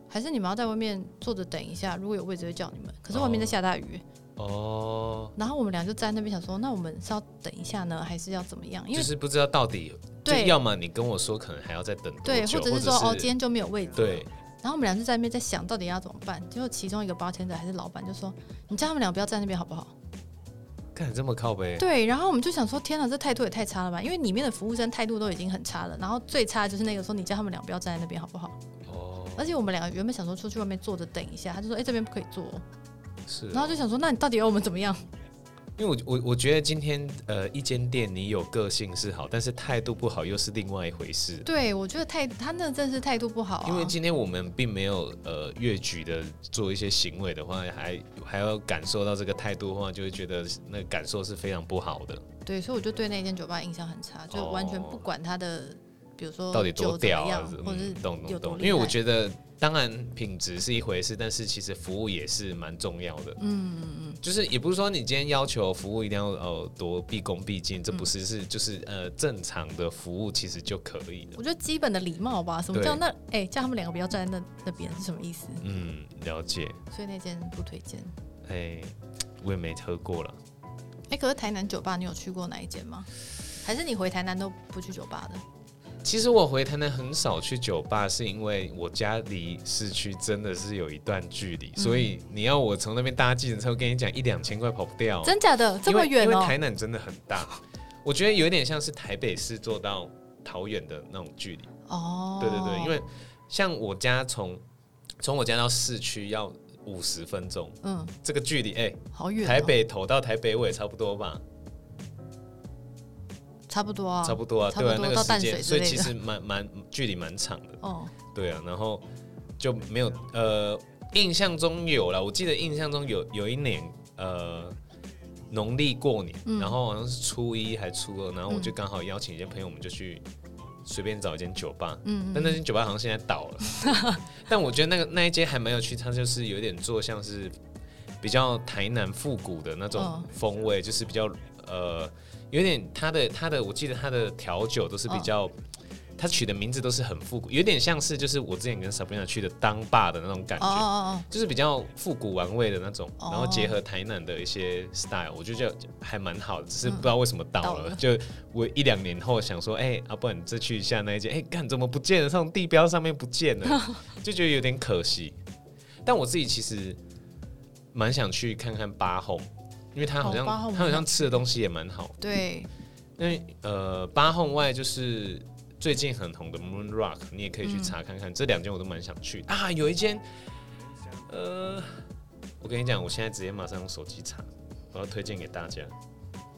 S2: 还是你们要在外面坐着等一下，如果有位置会叫你们。可是外面在
S1: 哦
S2: 下大雨，
S1: 哦，
S2: 然后我们俩就站在那边想说，那我们是要等一下呢，还是要怎么样？因
S1: 就
S2: 为
S1: 是不知道到底，就
S2: 对
S1: 要么你跟我说可能还要再等多
S2: 对，
S1: 久，
S2: 或者
S1: 或
S2: 是
S1: 者
S2: 说哦，今天就没有位置。
S1: 对。
S2: 然后我们俩就在那边在想到底要怎么办。结果其中一个八千仔还是老板就说：“你叫他们俩不要站那边好不好
S1: 看这么靠？”背，
S2: 对。然后我们就想说：“天哪，这态度也太差了吧！”因为里面的服务生态度都已经很差了，然后最差就是那个说：“你叫他们俩不要站在那边好不好
S1: 哦，？”
S2: 而且我们俩原本想说出去外面坐着等一下，他就说：“哎、这边不可以坐哦。
S1: 是”哦，
S2: 然后就想说：“那你到底要我们怎么样
S1: 因为我我我觉得今天呃，一间店你有个性是好，但是态度不好又是另外一回事？”。
S2: 对，我觉得态他那真的是态度不好、啊，
S1: 因为今天我们并没有呃越矩的做一些行为的话，还还要感受到这个态度的话，就会觉得那个感受是非常不好的。
S2: 对，所以我就对那间酒吧印象很差，就完全不管它的，比如说
S1: 到底
S2: 酒
S1: 多
S2: 怎
S1: 屌
S2: 么样
S1: 啊，是，
S2: 或者是
S1: 嗯懂
S2: 有
S1: 懂
S2: 多
S1: 懂。
S2: 厉
S1: 因为我
S2: 害
S1: 觉得，当然品质是一回事，但是其实服务也是蛮重要的。嗯嗯就是也不是说你今天要求服务一定要呃多毕恭毕敬，这不
S2: 嗯
S1: 是是就是呃正常的服务其实就可以了。
S2: 我觉得基本的礼貌吧，什么
S1: 对
S2: 叫那哎、叫他们两个不要站在那那边是什么意思？
S1: 嗯，了解。
S2: 所以那间不推荐。
S1: 哎、我也没喝过了。
S2: 哎、可是台南酒吧你有去过哪一间吗？还是你回台南都不去酒吧的？
S1: 其实我回台南很少去酒吧，是因为我家离市区真的是有一段距离，
S2: 嗯
S1: 所以你要我从那边搭计程车，我跟你讲一两千块跑不掉，啊
S2: 真假的这么远
S1: 因哦为因为
S2: 哦、
S1: 台南真的很大， 我觉得有点像是台北市做到桃园的那种距离。
S2: 哦，
S1: 对对对，因为像我家从从我家到市区要五十分钟，
S2: 嗯，
S1: 这个距离，哎、
S2: 好远、哦
S1: 台北头到台北尾差不多吧，
S2: 差不多啊，
S1: 差不多啊，
S2: 差不
S1: 对
S2: 多
S1: 啊，那个
S2: 到
S1: 时
S2: 淡水
S1: 间，
S2: 之
S1: 所以
S2: 类
S1: 其
S2: 的
S1: 实蛮蛮距离蛮长的。
S2: 哦，
S1: 对啊，然后就没有呃，印象中有了，我记得印象中有有一年呃，农历过年，
S2: 嗯
S1: 然后好像是初一还初二，然后我就刚好邀请一些朋友，我们就去随便找一间酒吧，
S2: 嗯
S1: 但那间酒吧好像现在倒了， 但我觉得那个那一间还蛮有趣，它就是有点做像是比较台南复古的那种
S2: 嗯
S1: 风味，就是比较呃。有点它的它的，我记得它的调酒都是比
S2: 嗯
S1: 较他取的名字都是很复古，有点像是就是我之前跟 Sabrina 去的当爸的那种感
S2: 哦
S1: 觉，
S2: 哦哦
S1: 就是比较复古玩味的那种，
S2: 哦
S1: 然后结合台南的一些 style，我就觉得还蛮好的，只是
S2: 嗯
S1: 不知道为什么倒
S2: 倒
S1: 了。
S2: 了
S1: 就我一两年后想说，哎、要、不然你再去一下那一间，哎、看怎么不见了，上地标上面不见 了，就觉得有点可惜。但我自己其实蛮想去看看八红，因为他好像、
S2: 哦八后我
S1: 他
S2: 没
S1: 好像吃的东西也蛮好
S2: 哦，对，
S1: 因为呃，八号外就是最近很红的 Moon Rock，你也可以去查看看。这两间我都蛮想去啊，有一间，呃，我跟你讲，我现在直接马上用手机查，我要推荐给大家。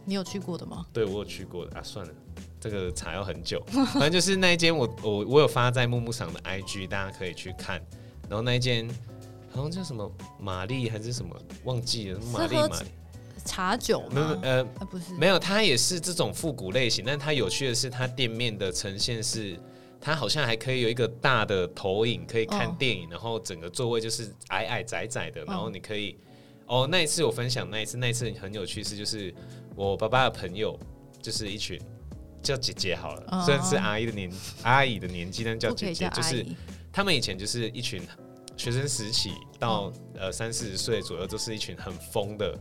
S2: 你有去过的吗？
S1: 对我有去过的啊，算了，这个查要很久。反正就是那一间我，我我有发在木木赏的 IG，大家可以去看。然后那一间好像叫什么玛丽还是什么，忘记了，玛丽
S2: 喝
S1: 玛丽，
S2: 茶酒
S1: 没有
S2: 吗？
S1: 呃，
S2: 啊，不是，
S1: 没有，它也是这种复古类型，但它有趣的是，它店面的呈现是，它好像还可以有一个大的投影，可以看
S2: 哦
S1: 电影，然后整个座位就是矮矮窄窄的，然后你可以，哦，那一次我分享那一次，那一次很有趣是，就是我爸爸的朋友，就是一群叫姐姐好了，
S2: 哦
S1: 虽然是阿姨的年阿姨的年纪，但叫
S2: 不可
S1: 姐
S2: 以
S1: 姐
S2: 叫，
S1: 就
S2: 阿
S1: 是
S2: 姨。
S1: 他们以前就是一群学生时期到、呃三四十岁左右，都是一群很疯的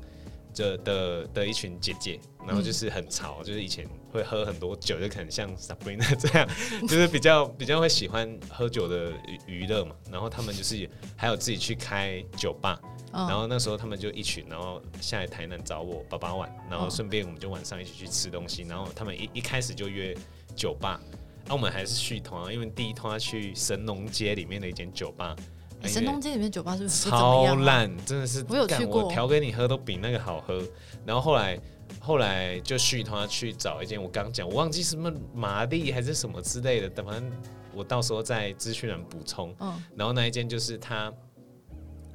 S1: 这的的一群姐姐，然后就是很潮，就是以前会喝很多酒，就可能像 Sabrina 这样，就是比较比较会喜欢喝酒的娱娱乐嘛。然后他们就是还有自己去开酒吧，
S2: 嗯
S1: 然后那时候他们就一群，然后下来台南找我爸爸玩，然
S2: 嗯
S1: 后顺便我们就晚上一起去吃东西，然后他们一一开始就约酒吧，啊，我们还是续团啊，因为第一团去神农街里面的一间酒吧，哎
S2: 欸神农街里面酒吧是不是不怎么
S1: 超
S2: 样啊？
S1: 烂，真的是
S2: 我有
S1: 干
S2: 去过
S1: 我调给你喝都比那个好喝。然后后来后来就续团去找一间，我刚讲我忘记什么玛丽还是什么之类的，等反正我到时候在资讯栏补充。
S2: 嗯，
S1: 然后那一间就是它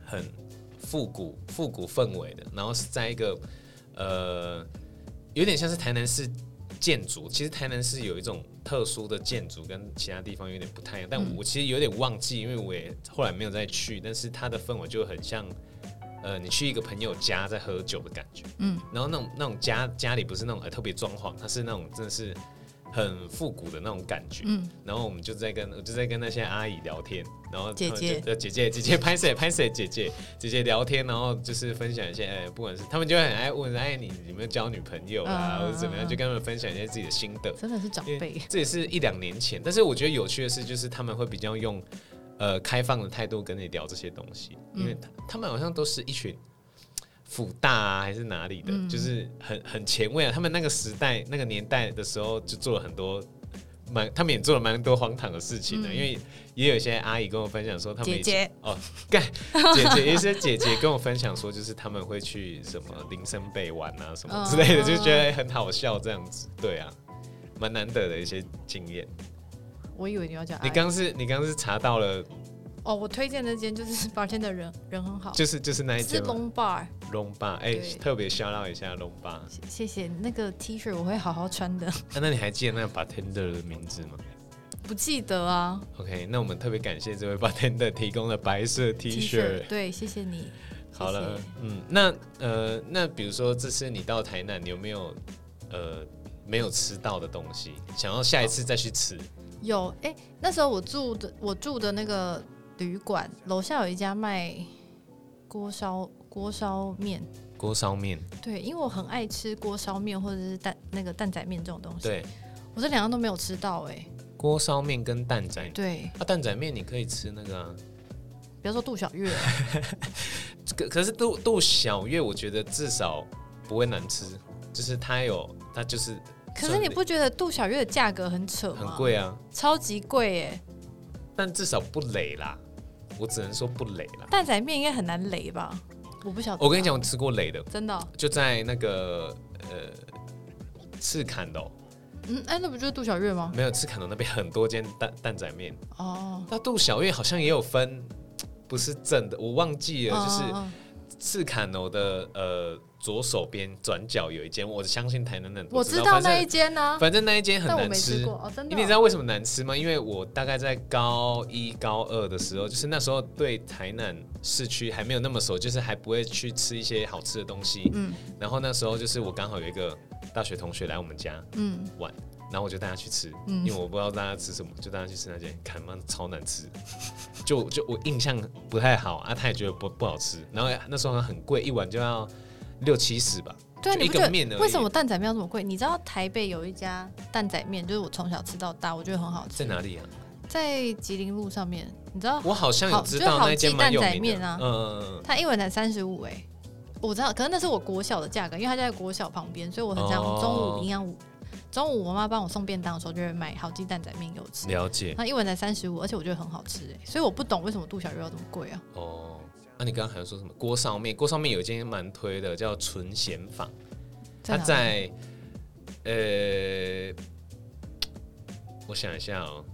S1: 很复古、复古氛围的，然后是在一个呃，有点像是台南市建筑。其实台南市有一种特殊的建筑，跟其他地方有点不太一样。
S2: 嗯
S1: 但我其实有点忘记，因为我也后来没有再去。但是它的氛围就很像，呃，你去一个朋友家在喝酒的感觉。
S2: 嗯，
S1: 然后那种那种家家里不是那种呃特别装潢，它是那种真的是很复古的那种感觉。
S2: 嗯，
S1: 然后我们就在跟我就在跟那些阿姨聊天，然后
S2: 姐姐
S1: 她们就呃姐姐姐姐拍谁拍谁姐姐姐姐聊天，然后就是分享一些哎，不管是他们就会很爱问哎你有没有交女朋友啦，
S2: 嗯
S1: 或者怎么样，
S2: 嗯
S1: 就跟他们分享一些自己的心得。
S2: 真的是长
S1: 因
S2: 辈
S1: 为。这也是一两年前，但是我觉得有趣的是，就是他们会比较用呃开放的态度跟你聊这些东西，
S2: 嗯
S1: 因为他他们好像都是一群辅大啊还是哪里的，
S2: 嗯
S1: 就是很很前卫啊。他们那个时代那个年代的时候，就做了很多。蛮，他们也做了蛮多荒唐的事情的，因为也有一些阿姨跟我分享说，他们
S2: 嗯姐
S1: 以前
S2: 姐
S1: 哦，干 姐姐，有一些姐姐跟我分享说，就是他们会去什么林森北玩啊什么之类的，
S2: 嗯
S1: 就觉得很好笑这样子。对啊，蛮难得的一些经验。
S2: 我以为你要讲阿
S1: 你
S2: 姨
S1: 刚是，你刚是查到了，
S2: 哦，我推荐那间就是 bartender 人人很好，
S1: 就是就是那一
S2: 是
S1: 间吗
S2: long bar。
S1: 龙爸，哎、
S2: 对
S1: 特别笑到一下龙爸、啊。
S2: 谢谢谢，那个 T 恤我会好好穿的。
S1: 那你还记得那个 bartender 的名字吗
S2: 不记得啊
S1: ？OK，那我们特别感谢这位 bartender 提供的白色 T 恤。
S2: 对，谢谢你。
S1: 好了
S2: 谢谢，
S1: 嗯，那呃，那比如说这次你到台南，你有没有呃没有吃到的东西，想要下一次再去吃？
S2: 有哎、那时候我住的我住的那个旅馆楼下有一家卖锅烧锅烧面，
S1: 锅烧面，
S2: 对，因为我很爱吃锅烧面或者是蛋那个蛋仔面这种东西，
S1: 对，
S2: 我这两样都没有吃到哎、
S1: 锅烧面跟蛋仔，
S2: 对，
S1: 啊，蛋仔面你可以吃那个啊，
S2: 比如说杜小月，
S1: 可可是杜杜小月，我觉得至少不会难吃，就是它有它就是，
S2: 可是你不觉得杜小月的价格很扯吗？
S1: 很，贵啊，
S2: 超级贵哎、
S1: 但至少不累啦，我只能说不累啦。
S2: 蛋仔面应该很难雷吧？我不晓得啊，
S1: 我跟你讲，我吃过累的，
S2: 真的哦、
S1: 就在那个呃赤坎哦楼。
S2: 嗯，哎，那不就是杜小月吗？
S1: 没有，赤坎楼那边很多间蛋蛋仔面。
S2: 哦，
S1: 那杜小月好像也有分，不是正的，我忘记了。就是
S2: 嗯嗯嗯
S1: 赤坎楼的呃左手边转角有一间，我相信台南人都
S2: 我知道
S1: 反
S2: 那一
S1: 正
S2: 间呢、
S1: 反正那一间很
S2: 但我
S1: 难
S2: 没
S1: 吃。
S2: 吃过哦，真的
S1: 因
S2: 哦、
S1: 为你知道为什么难吃吗？因为我大概在高一、高二的时候，就是那时候对台南市区还没有那么熟，就是还不会去吃一些好吃的东西。
S2: 嗯
S1: 然后那时候就是我刚好有一个大学同学来我们家，
S2: 嗯，
S1: 碗，然后我就带他去吃，
S2: 嗯
S1: 因为我不知道大家吃什么，就带他去吃那间，看妈超难吃，就就我印象不太好啊，他也觉得不不好吃，然后那时候好像很贵，一碗就要六七十吧，
S2: 对啊，
S1: 就
S2: 你
S1: 一
S2: 不
S1: 个
S2: 觉
S1: 面而
S2: 得
S1: 已
S2: 为什么蛋仔面要这么贵？你知道台北有一家蛋仔面，就是我从小吃到大，我觉得很好吃，
S1: 在哪里啊？
S2: 在吉林路上面，你知道
S1: 我好像有
S2: 哦好
S1: 知
S2: 就
S1: 道
S2: 好
S1: 那间
S2: 记
S1: 蛮有
S2: 蛋仔
S1: 名
S2: 面
S1: 的，
S2: 啊
S1: 嗯嗯嗯
S2: 它一碗才三十五哎，我知道，可是那是我国小的价格，因为它就在国小旁边，所以我很常
S1: 哦
S2: 中午营养午，中午我妈帮我送便当的时候就会买好记蛋仔面给我吃
S1: 嗯，。了解
S2: 那一碗才三十五，而且我觉得很好吃哎，所以我不懂为什么杜小月要这么贵啊？
S1: 哦。那、你刚刚还说什么锅烧面？锅烧面有一间蛮推的，叫纯贤坊，它
S2: 哪里
S1: 在呃，我想一下哦，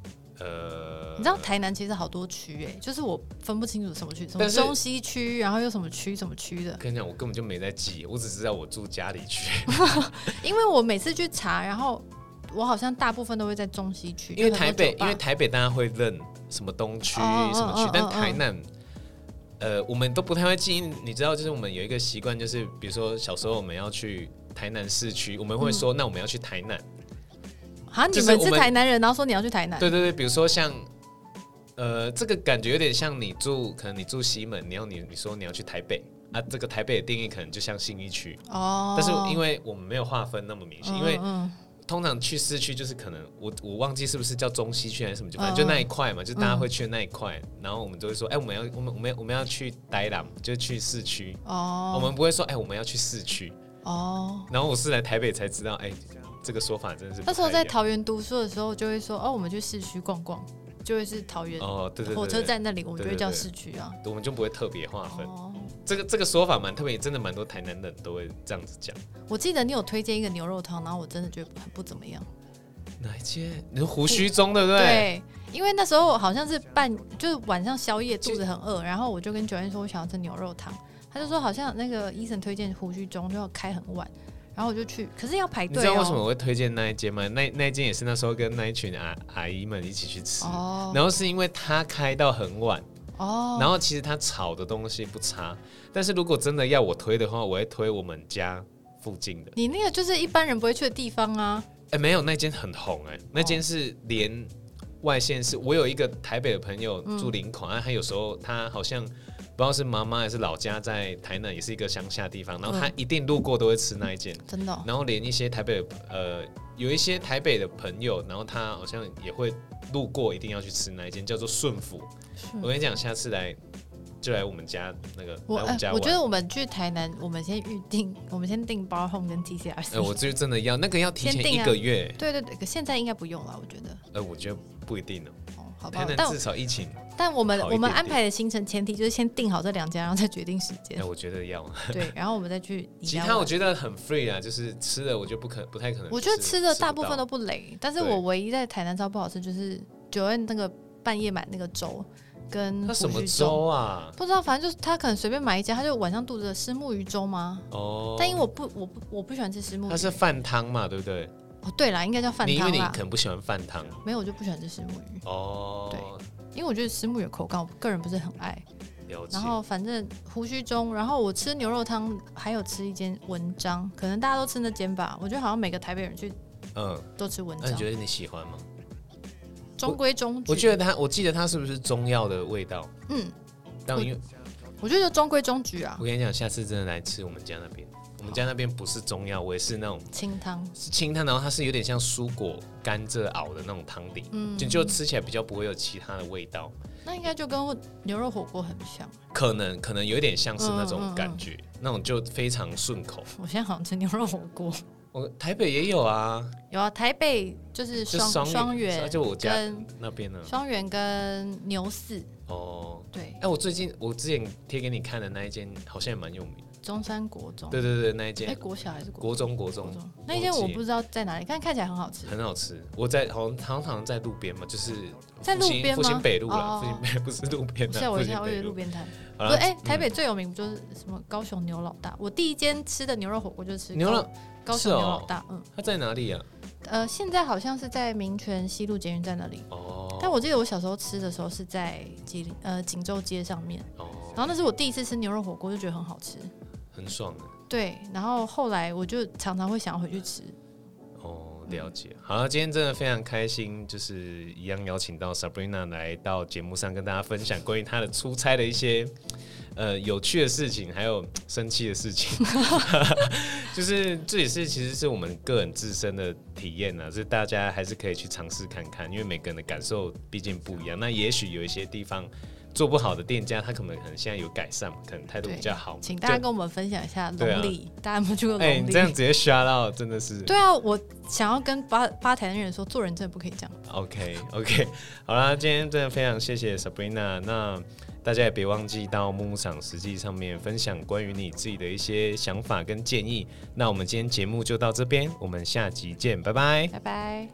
S1: 呃，
S2: 你知道台南其实好多区哎、就是我分不清楚什么区，什么
S1: 但是
S2: 中西区，然后又什么区什么区的，
S1: 跟你讲，我根本就没在记，我只知道我住家里去，
S2: 哦因为我每次去查，然后我好像大部分都会在中西 区，
S1: 因为
S2: 就很
S1: 台
S2: 多
S1: 北
S2: 酒，吧
S1: 因为台北大家会认什么东区、
S2: 哦
S1: 什么
S2: 嗯
S1: 区
S2: 嗯，
S1: 但
S2: 嗯
S1: 台南，呃，我们都不太会记。你知道，就是我们有一个习惯，就是比如说小时候我们要去台南市区，我们会
S2: 嗯
S1: 说，那我们要去台南。
S2: 啊，你
S1: 就是
S2: 们
S1: 我
S2: 是
S1: 们
S2: 台南人，然后说你要去台南，
S1: 对对对，比如说像。呃，这个感觉有点像你住，可能你住西门，你要你你说你要去台北啊，这个台北的定义可能就像信义区，
S2: 哦，
S1: 但是因为我们没有划分那么明显，
S2: 嗯
S1: 因为
S2: 嗯
S1: 通常去市区就是可能我我忘记是不是叫中西区还是什么，就
S2: 嗯
S1: 反正就那一块嘛，就大家会去的那一块，然后我们就会说，哎、我们要我们我们要我们要去呆朗，就去市区，我
S2: 哦
S1: 们不会说，哎、我们要去市区。
S2: 哦，
S1: 然后我是来台北才知道，哎、这个说法真的是不太
S2: 那时候在
S1: 一样
S2: 桃园读书的时候，就会说哦，我们去市区逛逛，就会是桃园
S1: 哦，对对对
S2: 火车，
S1: 对
S2: 站那里，我们就
S1: 对
S2: 会
S1: 对
S2: 叫
S1: 对
S2: 市区啊，
S1: 我们就不会特别划分。
S2: 哦。
S1: 这个这个说法蛮特别，真的蛮多台南人都会这样子讲。
S2: 我记得你有推荐一个牛肉汤，然后我真的觉得很不怎么样。
S1: 哪一间？你说胡须中对不对？
S2: 对，因为那时候好像是半，就是晚上宵夜肚子很饿，然后我就跟九燕说，我想要吃牛肉汤。他就说好像那个医生推荐胡须中就要开很晚，然后我就去，可是要排
S1: 你
S2: 队、哦。
S1: 知道为什么我会推荐那一间吗？那那一间也是那时候跟那一群阿阿姨们一起去吃，
S2: 哦
S1: 然后是因为它开到很晚，
S2: 哦，
S1: 然后其实它炒的东西不差，但是如果真的要我推的话，我会推我们家附近的。
S2: 你那个就是一般人不会去的地方啊。
S1: 哎、没有，那间很红哎、
S2: 哦
S1: 那间是连外县市。我有一个台北的朋友
S2: 嗯
S1: 住林口，啊，他有时候他好像不知道是妈妈还是老家在台南，也是一个乡下地方，然后
S2: 嗯
S1: 他一定路过都会吃那一间。
S2: 真的哦、
S1: 然后连一些台北的呃，有一些台北的朋友，然后他好像也会路过，一定要去吃那一间叫做顺福。
S2: 是
S1: 我跟你讲，下次来就来我们家那个
S2: 我
S1: 来我们
S2: 哎、
S1: 家玩。
S2: 我觉得我们去台南，我们先预定，我们先订包 home 跟 TCRC。
S1: 哎、我这真的要那个要提
S2: 先
S1: 前
S2: 定
S1: 一
S2: 啊
S1: 个月，
S2: 对对对，可现在应该不用了，我觉得。
S1: 呃，我觉得不一定呢、
S2: 哦，好吧
S1: 台，南
S2: 但
S1: 至少疫情，
S2: 但我们
S1: 好一
S2: 我们
S1: 点
S2: 安
S1: 点
S2: 排的行程前提就是先定好这两家，然后再决定时
S1: 哎、
S2: 间。
S1: 我觉得要。
S2: 对，然后我们再去 宜
S1: 其
S2: 兰
S1: 他我
S2: 玩
S1: 觉得很 free 啊，就是吃的我就不可不太可能。
S2: 我觉得吃的大部分
S1: 都
S2: 都不雷，但是
S1: 对
S2: 我唯一在台南超不好吃就是九院那个半夜买那个粥跟
S1: 那
S2: 胡
S1: 什么
S2: 须
S1: 粥啊？
S2: 不知道，反正就是他可能随便买一家，他就晚上肚子饿石木鱼粥吗？
S1: 哦，
S2: 但因为我不我不我不喜欢吃石木鱼，
S1: 它是饭汤嘛，对不对？
S2: 哦对啦，应该叫饭
S1: 你因为
S2: 汤
S1: 你
S2: 啦
S1: 可。能不喜欢饭汤
S2: 没有，我就不喜欢吃石木鱼，
S1: 哦。
S2: 因为我觉得石木鱼的口感我个人不是很爱。
S1: 了解
S2: 然。后反正胡须中，然后我吃牛肉汤，还有吃一间文章，可能大家都吃那间吧。我觉得好像每个台北人去
S1: 嗯，
S2: 都吃文
S1: 那你
S2: 章，
S1: 觉得你喜欢吗？
S2: 中规中矩。
S1: 我觉得它，我记得它是不是中药的味道？
S2: 嗯，
S1: 但因为
S2: 我觉得就中规中矩啊
S1: 我，跟你讲，下次真的来吃我们家那边，我们家那边不是中药，我也是那种
S2: 清汤。
S1: 是清汤，然后它是有点像蔬果甘蔗熬的那种汤底，
S2: 嗯
S1: 就就吃起来比较不会有其他的味道。
S2: 那应该就跟牛肉火锅很像。
S1: 可能可能有点像是那
S2: 嗯嗯
S1: 种
S2: 嗯
S1: 感觉，那种就非常顺口。
S2: 我现在好像吃牛肉火锅，
S1: 我台北也有啊，
S2: 有啊，台北就是
S1: 就
S2: 双
S1: 双
S2: 双
S1: 元
S2: 元
S1: 就我家
S2: 跟
S1: 那边呢。
S2: 双元跟牛四，
S1: 哦，
S2: 对
S1: 哎、，我最近我之前贴给你看的那一间好像也蛮有名。
S2: 中山国中，
S1: 对对对，那一
S2: 哎、
S1: 间
S2: 国小还是国
S1: 国中国
S2: 国
S1: 中
S2: 中那间我不知道在哪里，但看起来很好 吃，
S1: 很好吃，我在好像好像好像在路边嘛，就是
S2: 在路边
S1: 复
S2: 吗
S1: 兴北路啦，
S2: 哦
S1: 复兴北不是路边
S2: 吓
S1: 的，
S2: 我
S1: 复
S2: 一跳，
S1: 兴
S2: 我以
S1: 北
S2: 为路
S1: 路。
S2: 边摊。
S1: 好啦
S2: 不是，哎、台
S1: 嗯
S2: 北最有名不就是什么高雄牛老大？我第一间吃的牛肉火锅就是高
S1: 牛肉
S2: 高
S1: 是
S2: 雄
S1: 哦
S2: 牛老大，嗯，
S1: 它在哪里啊？
S2: 呃，现在好像是在民权西路捷运站那里。但
S1: 哦
S2: 我记得我小时候吃的时候是在吉林呃锦州街上面，然
S1: 哦，
S2: 后那是我第一次吃牛肉火锅，就觉得很好吃。
S1: 很爽啊。
S2: 对，然后后来我就常常会想要回去吃。
S1: 哦，了解。好了，今天真的非常开心，就是一样邀请到 Sabrina 来到节目上跟大家分享关于她的出差的一些呃有趣的事情，还有生气的事 情。 就是这也是其实是我们个人自身的体验啊，是大家还是可以去尝试看看，因为每个人的感受毕竟不一样。那也许有一些地方做不好的店家，他可能可能现在有改善，可能态度比较好。
S2: 请大家
S1: 就
S2: 跟我们分享一下
S1: 对啊
S2: 龙里，大家有没有去过
S1: 哎、
S2: 龙
S1: 你
S2: 里？
S1: 这样直接刷到真的是。
S2: 对啊，我想要跟吧吧台的人说，做人真的不可以这样。
S1: OK OK，好啦，今天真的非常谢谢 Sabrina。那大家也别忘记到木木场实际上面分享关于你自己的一些想法跟建议。那我们今天节目就到这边，我们下集见，拜拜。
S2: 拜拜。